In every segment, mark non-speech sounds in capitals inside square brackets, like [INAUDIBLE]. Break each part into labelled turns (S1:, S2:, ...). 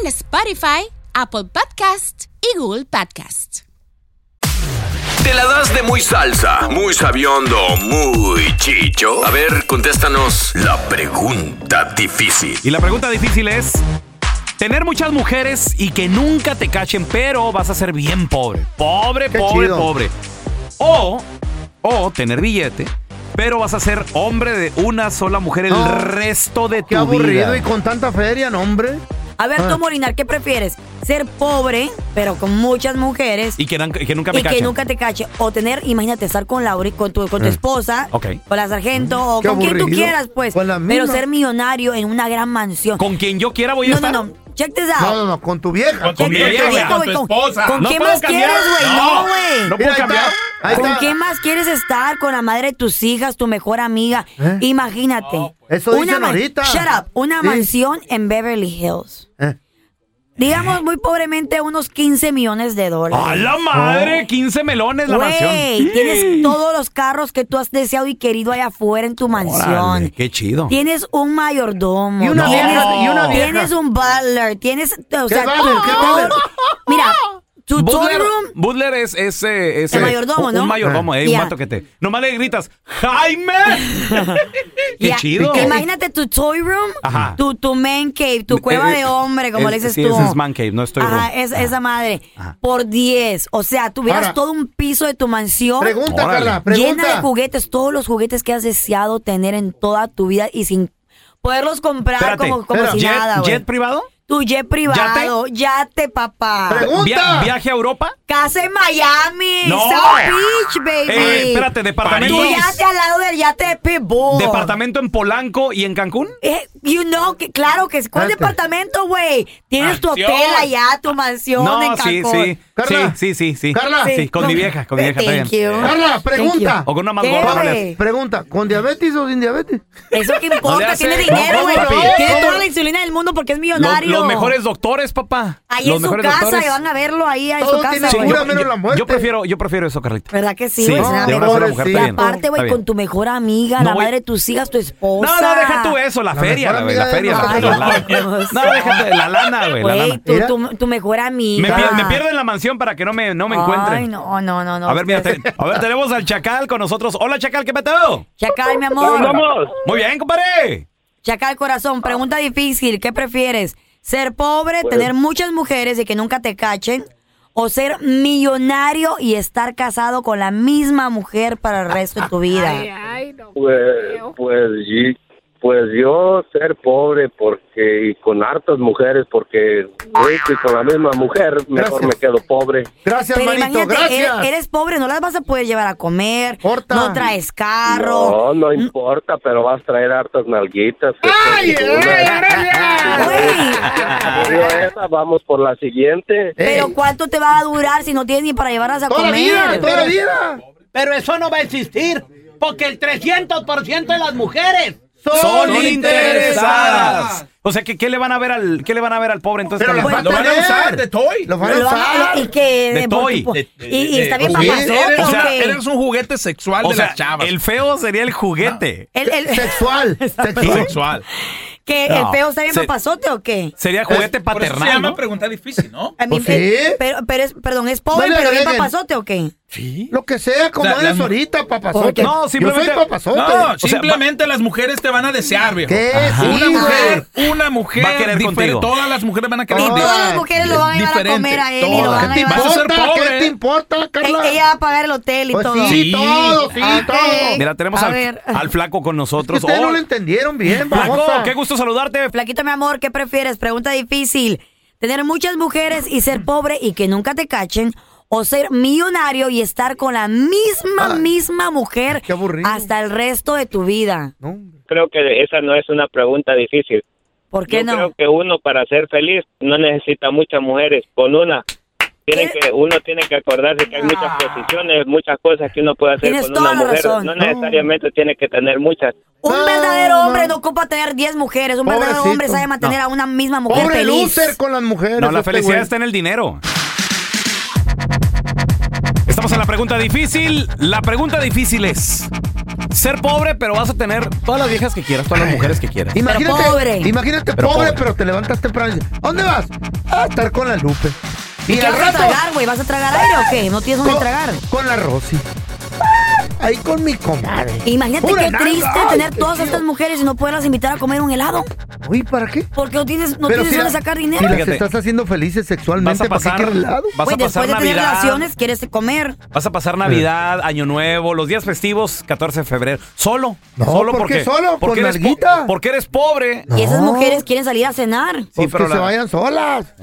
S1: en Spotify, Apple Podcast y Google Podcast.
S2: ¿Te la das de muy salsa, muy sabiondo, muy chicho? A ver, contéstanos la pregunta difícil.
S3: Y la pregunta difícil es: tener muchas mujeres y que nunca te cachen, pero vas a ser bien pobre. Pobre,
S4: Qué
S3: pobre,
S4: chido.
S3: pobre. O, o tener billete, pero vas a ser hombre de una sola mujer el
S4: No.
S3: resto de
S4: Qué
S3: tu
S4: aburrido
S3: vida.
S4: y con tanta feria, no, hombre.
S5: A ver,
S4: Ah.
S5: tú, Molinar, ¿qué prefieres? ¿Ser pobre, pero con muchas mujeres?
S3: Y que, nan- que nunca me
S5: Y que
S3: cachen.
S5: nunca te cache. O tener, imagínate, estar con Laura, con tu, con tu
S3: Eh.
S5: esposa,
S3: Ok.
S5: con la sargento, o
S4: Qué
S5: con quien tú
S4: aburrido.
S5: quieras, pues.
S4: Con la
S5: pero
S4: misma.
S5: ser millonario en una gran mansión.
S3: Con quien yo quiera voy a
S5: no, no,
S3: estar.
S5: no. Check this out.
S4: No, no, no, con tu vieja.
S3: Con
S5: Check
S3: mi
S5: this out.
S3: vieja,
S5: Viejo,
S3: con
S5: güey,
S6: tu esposa.
S5: ¿Con
S3: No
S5: qué
S3: puedo
S5: más
S3: cambiar.
S5: quieres, güey? No,
S3: No.
S5: güey.
S3: No puedo
S4: Mira, ahí
S3: cambiar.
S4: está, ahí
S5: ¿Con
S4: está.
S5: qué más quieres estar? Con la madre de tus hijas, tu mejor amiga.
S4: ¿Eh?
S5: Imagínate.
S4: Eso dicen
S5: man-
S4: ahorita.
S5: Shut up. Una
S4: Sí.
S5: mansión en Beverly Hills.
S4: Eh.
S5: Digamos muy pobremente unos 15 millones de dólares.
S3: ¡A la madre! 15 melones la
S5: Güey,
S3: mansión.
S5: tienes todos los carros que tú has deseado y querido allá afuera en tu mansión.
S3: Órale, ¡Qué chido!
S5: Tienes un mayordomo.
S4: Y una
S5: tienes,
S4: vieja, y una vieja.
S5: Tienes un butler. Tienes. O
S4: ¿Qué
S5: sea,
S4: vale? ¿Qué
S5: todo-
S4: vale?
S5: Mira, tu toy
S3: Butler,
S5: room.
S3: Butler es ese. ese-
S5: mayordomo,
S3: un,
S5: ¿no?
S3: Un mayordomo, eh,
S5: Ya.
S3: un vato que te. Nomás le gritas, ¡Jaime!
S5: [LAUGHS]
S3: ¡Qué
S5: ya.
S3: chido!
S5: Imagínate tu toy room,
S3: Ajá.
S5: tu, tu man cave, tu cueva
S3: Eh, eh,
S5: de hombre, como
S3: es-
S5: le dices
S3: sí,
S5: tú.
S3: ese es man cave, no es toy room.
S5: Ajá, es-
S3: Ajá.
S5: esa madre.
S3: Ajá.
S5: Por 10. O sea, tuvieras
S4: Ahora-
S5: todo un piso de tu mansión.
S4: Pregunta,
S3: Órale.
S4: Carla,
S5: Llena de
S4: pregunta.
S5: juguetes, todos los juguetes que has deseado tener en toda tu vida y sin poderlos comprar
S3: Espérate,
S5: como, como
S4: espera.
S5: si
S3: ¿Jet,
S5: nada, güey.
S3: jet privado?
S5: tu jet privado, yate, papá.
S4: Pregu- ¡Pregunta!
S3: Via- ¿Viaje a Europa?
S5: Casa en Miami,
S3: No.
S5: South Beach, baby.
S3: Eh, espérate, departamento.
S5: Tu yate al lado del yate de Pitbull.
S3: ¿Departamento en Polanco y en Cancún?
S5: Eh, you know, que, claro que es. ¿Cuál
S4: Espérate.
S5: departamento, güey? Tienes tu
S6: Mansión.
S5: hotel allá, tu mansión en
S3: No, sí,
S5: Cancún.
S3: sí.
S4: Carla.
S3: Sí, sí, sí, sí.
S4: Carla.
S3: Sí, con
S5: No.
S3: mi vieja, con mi vieja. está
S5: Thank
S3: bien.
S5: you.
S4: Carla,
S5: Thank you.
S4: pregunta.
S3: O con una más
S5: ¿Qué,
S3: gorda.
S5: güey?
S4: Pregunta, ¿con diabetes o sin diabetes?
S5: Eso que importa,
S3: hace-
S5: tiene
S3: No,
S5: dinero, güey.
S3: no, papi.
S5: tiene toda la insulina del mundo porque es
S3: Los,
S5: millonario.
S3: los mejores doctores, papá.
S5: Ahí
S3: los
S5: en su
S3: mejores
S5: casa,
S3: doctores.
S5: y van a verlo ahí en
S4: Todo
S5: su casa,
S4: tiene
S5: güey.
S4: cura, menos la muerte.
S3: yo prefiero, yo prefiero eso, Carlita.
S5: ¿Verdad que sí,
S3: Sí, de
S5: güey? Es una
S4: no,
S3: una
S5: mejor-
S3: sola mujer.
S4: pobrecito.
S5: Y
S3: está bien,
S5: aparte,
S3: está
S5: güey,
S3: bien.
S5: con tu mejor amiga,
S3: No
S5: la
S3: voy-
S5: madre de tus hijas, tu esposa.
S3: No, no, deja tú eso, la,
S4: La
S3: feria,
S4: mejor
S3: güey,
S4: amiga
S3: la
S4: de
S3: feria, la feria, la
S5: nosotros.
S3: lana. No, déjate, la lana, güey, la
S5: Güey,
S3: lana.
S5: tu,
S4: Mira.
S5: tu, tu mejor
S3: Me,
S5: amiga.
S3: pier- me pierdo en la mansión para que no me, no me encuentren.
S5: Ay, no, no, no. no.
S3: A ver, mira, te- a ver, tenemos al Chacal con nosotros. Hola, Chacal, ¿qué peteo?
S5: Chacal, mi amor.
S7: Vamos,
S3: Muy bien, compadre.
S5: Chacal, corazón, pregunta difícil. ¿Qué prefieres? ¿Ser
S4: Pues.
S5: pobre, tener muchas mujeres y que nunca te cachen? ¿O ser millonario y estar casado con la misma mujer para el resto de tu vida?
S7: pues, pues, y- pues yo ser pobre porque y con hartas mujeres porque güey, que con la misma mujer mejor
S4: Gracias.
S7: me quedo pobre.
S4: Gracias,
S5: Pero
S4: manito,
S5: imagínate, er-,
S4: gracias.
S5: eres, eres pobre, no las vas a poder llevar a comer,
S4: Corta.
S5: no traes carro.
S7: No, no importa, pero vas a traer hartas nalguitas. que son duras. Digo, esa, vamos por la siguiente.
S5: Pero
S4: Ey.
S5: ¿cuánto te va a durar si no tienes ni para llevarlas a
S4: Toda la
S5: comer?
S4: vida, toda la vida.
S8: Pero eso no va a existir, porque el 300% de las mujeres
S3: Son interesadas. O sea, que ¿qué le van a ver al, qué le van a ver al pobre entonces?
S4: Pero la
S3: Carlita?
S4: falta
S6: Lo van a
S4: de-
S6: usar de toy.
S4: Los van a
S5: Lo van a-
S4: usar. Pues
S5: y que
S3: De toy.
S5: porque-
S6: De-
S5: y, y
S6: de-
S5: está bien
S6: Sí,
S5: papazote,
S6: eres, o sea,
S5: que-
S6: eres un juguete sexual
S3: o
S6: de
S3: sea,
S6: las chavas.
S3: el feo sería el juguete.
S5: el- el- [LAUGHS]
S4: Sexual. Sexual.
S6: sexual.
S5: que el
S3: No,
S5: feo está bien
S3: se-
S5: papazote o qué
S3: Sería juguete
S6: Por eso
S3: paternal,
S6: se llama
S3: ¿no?
S6: pregunta difícil, ¿no?
S5: A mí
S4: Pues
S5: me-
S4: sí.
S5: pero, pero es, perdón, es pobre,
S4: No le
S5: pero bien
S4: agreguen.
S5: papazote o qué?
S4: Lo que sea, como
S6: La-
S4: eres
S6: las mu-
S4: ahorita, papazote.
S5: Porque-
S4: No,
S6: No, simplemente.
S4: Yo soy papazote.
S6: No, simplemente las mujeres te van a desear, viejo.
S4: ¿Qué?
S6: Ajá.
S4: Sí,
S6: Una
S4: güey.
S6: mujer, una mujer.
S3: Va a querer
S6: diferente.
S3: contigo.
S6: Todas las mujeres van a
S5: Y
S6: querer
S4: Todas.
S6: contigo.
S5: todas las mujeres lo van a llevar a
S6: Diferente,
S5: comer a él y lo
S6: todas.
S5: van
S4: ¿Qué
S5: a
S4: te
S5: llevar
S6: Vas a ser
S4: importa?
S6: pobre.
S4: ¿Qué te importa, Carla?
S5: Ella- Ella va a pagar el hotel y
S4: Pues
S5: todo.
S4: Sí,
S6: Sí.
S4: todo, sí,
S5: Ah, ok.
S4: todo.
S3: Mira, tenemos
S5: A
S3: al,
S5: ver.
S3: al flaco con nosotros.
S4: Ustedes
S3: Oh,
S4: no lo entendieron bien,
S3: flaco,
S4: babosa.
S3: qué gusto saludarte.
S5: Flaquito, mi amor, ¿qué prefieres? Pregunta difícil. ¿Tener muchas mujeres y ser pobre y que nunca te cachen? ¿O ser millonario y estar con la misma,
S4: Ay,
S5: misma mujer
S4: qué aburrido.
S5: hasta el resto de tu vida?
S4: No, hombre.
S9: Creo que esa no es una pregunta difícil.
S5: ¿Por qué
S9: Yo
S5: no?
S9: creo que uno para ser feliz no necesita muchas mujeres, con una. Tiene
S5: ¿Qué?
S9: que, uno tiene que acordarse que hay muchas posiciones, muchas cosas que uno puede hacer
S5: Tienes
S9: con
S5: toda
S9: una
S5: la
S9: mujer.
S5: razón.
S9: No necesariamente tiene que tener muchas.
S5: Un
S4: No,
S5: verdadero
S4: no.
S5: hombre no ocupa tener 10 mujeres. Un verdadero
S4: Pobrecito.
S5: hombre sabe mantener
S4: No.
S5: a una misma mujer
S4: Pobre
S5: feliz.
S4: loser con las mujeres.
S3: No, la
S4: este
S3: felicidad
S4: güey.
S3: está en el dinero. Estamos en la pregunta difícil. La pregunta difícil es ser pobre, pero vas a tener todas las viejas que quieras, todas las mujeres que quieras.
S4: Imagínate,
S5: Pero pobre.
S4: imagínate
S3: Pero
S4: pobre,
S3: pobre.
S4: pero te levantas temprano y dices, ¿dónde vas? A estar con la Lupe. Y,
S5: ¿Qué
S4: al
S5: vas a
S4: rato,
S5: tragar, güey? ¿Vas a tragar aire o qué? No tienes dónde
S4: con,
S5: tragar.
S4: con la Rosy. Ah, Ahí con mi comadre.
S5: Imagínate
S4: Pura
S5: qué
S4: nalga.
S5: triste
S4: Ay,
S5: tener
S4: qué
S5: todas
S4: chido.
S5: estas mujeres y no poderlas invitar a comer un helado.
S4: Uy, ¿para qué?
S5: Porque no tienes, no
S4: Pero
S5: tienes
S4: si
S5: dónde
S4: la-
S5: sacar
S4: Si
S5: dinero.
S4: las
S3: Fíjate.
S4: estás haciendo felices
S3: Vas
S4: sexualmente,
S3: a
S4: ¿para qué
S3: pasar,
S4: quieres helado?
S3: vas
S5: Güey,
S3: a pasar
S5: después de tener
S3: Navidad,
S5: relaciones, quieres comer.
S3: vas a pasar Navidad, Año Nuevo, los días festivos, 14 de febrero, solo,
S4: No,
S3: solo
S4: ¿por qué
S3: porque
S4: solo?
S3: porque
S4: Con
S3: eres po-
S4: nalguita.
S3: porque eres pobre.
S5: Y esas
S4: No.
S5: mujeres quieren salir a cenar.
S3: Sí,
S4: Pues
S3: pero
S4: que
S3: la- Eh.
S4: se vayan solas.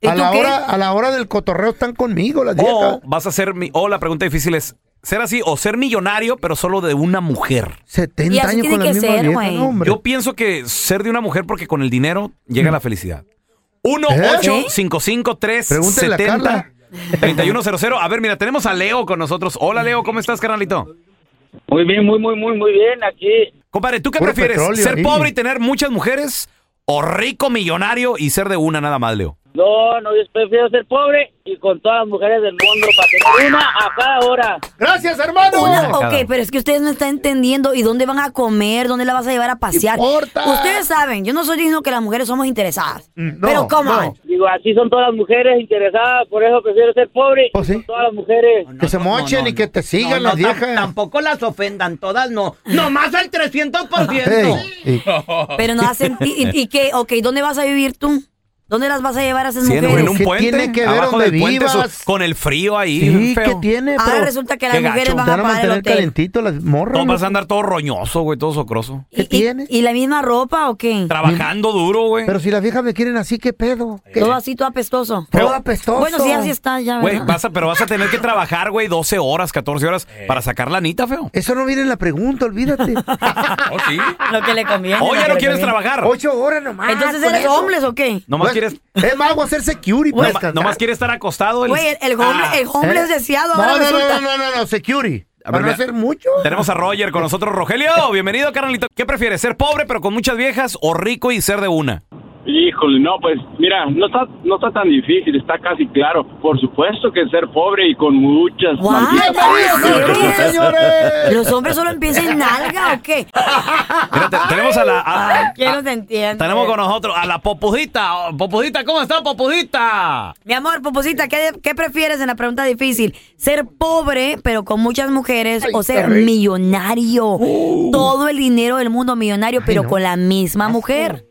S5: ¿Y
S4: A
S5: tú
S4: la,
S5: qué?
S4: hora, a la hora del cotorreo están conmigo las viejas.
S3: O vas a ser mi o la pregunta difícil es ser así o ser millonario, pero solo de una mujer.
S4: 70
S5: Y así
S4: años
S5: tiene
S4: con la
S5: que
S4: misma
S5: ser,
S4: vieja,
S5: güey.
S4: no, hombre.
S3: Yo pienso que ser de una mujer porque con el dinero llega la felicidad. 1 8 55 3
S4: Pregúntale a
S3: 70
S4: Carla.
S3: 3100. A ver, mira, tenemos a Leo con nosotros. Hola, Leo, ¿cómo estás, carnalito?
S9: Muy bien, muy, muy, muy, muy bien. Aquí
S3: Compadre, ¿tú qué
S4: Puro
S3: prefieres?
S4: petróleo
S3: ¿Ser
S4: ahí.
S3: pobre y tener muchas mujeres o rico millonario y ser de una nada más, Leo?
S9: No, no, yo prefiero ser pobre y con todas las mujeres del mundo para tener una a cada hora.
S4: Gracias, hermano.
S5: Una,
S3: Cada
S5: ok,
S3: uno.
S5: pero es que ustedes no están entendiendo y dónde van a comer, dónde la vas a llevar a pasear.
S4: Importa.
S5: Ustedes saben, yo no soy diciendo que las mujeres somos interesadas.
S4: Mm, no,
S5: pero come
S4: no.
S5: on.
S9: Digo, así son todas las mujeres interesadas, por eso prefiero ser pobre
S4: Pues
S9: y con
S4: sí.
S9: todas las mujeres.
S4: Que se mochen y que te sigan las
S8: tam-
S4: viejas.
S8: Tampoco las ofendan, todas no. Nomás al 300%.
S4: Ey, ey.
S5: Pero no hacen. ¿Y, y- y qué? Ok, ¿dónde vas a vivir tú? ¿Dónde las vas a llevar a esas
S3: Sí, en,
S5: mujeres?
S3: en un
S4: ¿Qué
S3: puente.
S4: tiene que ver
S3: abajo
S4: donde
S3: del puente,
S4: vivas?
S3: su- con el frío ahí.
S4: Sí,
S3: feo.
S4: ¿qué tiene?
S5: Ahora
S4: Pero
S5: resulta que las
S3: qué gacho.
S5: mujeres
S4: te
S5: van
S4: van
S5: a
S4: a
S5: pagar el
S4: mantener
S5: hotel.
S4: calentito las morras.
S3: No, vas a
S4: ¿no?
S3: andar todo roñoso, güey, todo socroso.
S5: ¿Y-
S4: ¿Qué
S5: y-
S4: tiene?
S5: ¿Y la misma ropa o qué?
S3: Trabajando duro, güey.
S4: Pero si las viejas me quieren así, ¿qué pedo? ¿Qué-
S5: Todo así, todo apestoso.
S4: Todo apestoso.
S5: Bueno, sí, así está ya,
S3: Güey,
S5: ¿verdad?
S3: vas a, pero vas a tener que trabajar, güey, 12 horas, 14 horas para sacar la anita, feo.
S4: Eso no viene en la
S3: [LAUGHS]
S4: pregunta, olvídate.
S3: Oh, sí.
S5: Lo que le conviene.
S3: O
S5: lo
S3: ya
S5: que
S3: no
S5: le
S3: quieres
S5: conviene.
S3: trabajar.
S4: Ocho horas nomás.
S5: Entonces,
S4: con
S5: ¿eres
S4: Ah, eso.
S5: hombres o qué?
S3: Nomás
S4: Pues,
S3: quieres.
S4: Es más, voy a hacer security. para
S3: Nomás,
S4: descansar.
S3: nomás quieres estar acostado. el- Ah.
S5: Güey, el, el hombre, el hombre es
S4: ¿Eh?
S5: deseado.
S4: No,
S5: Ahora
S4: no, no,
S5: resulta.
S4: no, no, no, no, security.
S3: A ver,
S4: Para no
S3: mira.
S4: hacer mucho.
S3: Tenemos a Roger con nosotros.
S5: [LAUGHS]
S3: Rogelio, bienvenido, carnalito. ¿Qué prefieres, ser pobre pero con muchas viejas o rico y ser de una?
S9: Híjole, no, pues mira, no está, no está tan difícil, está casi claro. Por supuesto que ser pobre y con muchas
S5: Guau,
S9: malditas
S5: no,
S9: mujeres.
S5: no, no, no, no, no.
S4: Señores.
S5: ¿Los hombres solo empiezan en nalga o qué?
S3: Mira,
S5: [LAUGHS]
S3: te- tenemos a la. a-
S5: Ay, quiero te entiendo.
S3: Ah, tenemos con nosotros a la popudita. Oh, Popudita, ¿cómo está, popudita?
S5: Mi amor, Poposita, ¿qué, qué prefieres en la pregunta difícil? ¿Ser pobre, pero con muchas mujeres, o ser millonario? Todo el dinero del mundo millonario, pero
S4: no.
S5: con la misma mujer.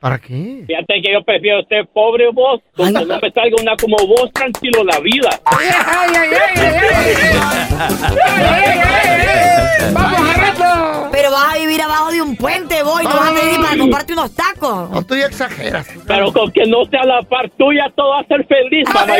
S4: ¿Para qué?
S9: Fíjate que yo prefiero ser pobre vos, donde no me salga una como vos, tranquilo la vida.
S5: Pero vas a vivir abajo de un puente, voy, no vas a tener ni para comprarte unos tacos.
S4: No, tú ya exageras.
S9: Pero con que no sea la par tuya, todo va a ser feliz, mamá.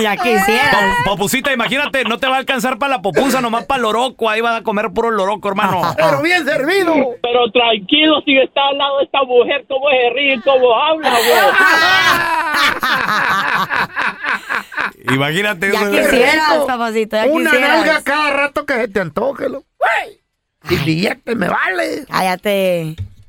S5: ya quisieras.
S3: Pop-
S5: [LAUGHS]
S3: Popusita, imagínate, no te va a alcanzar para la popusa, nomás para el loroco. Ahí vas a comer puro loroco, hermano.
S5: [LAUGHS]
S4: Pero bien servido.
S9: Pero tranquilo, si está al lado de esta mujer, cómo se ríe, y cómo habla, vos.
S3: Imagínate
S5: Ya
S3: eso.
S5: quisieras,
S4: rico.
S5: papacito, ya
S4: Una nalga
S5: quisieras.
S4: cada rato que se te antoje. lo- ¡Güey! Y billete me vale.
S5: Cállate.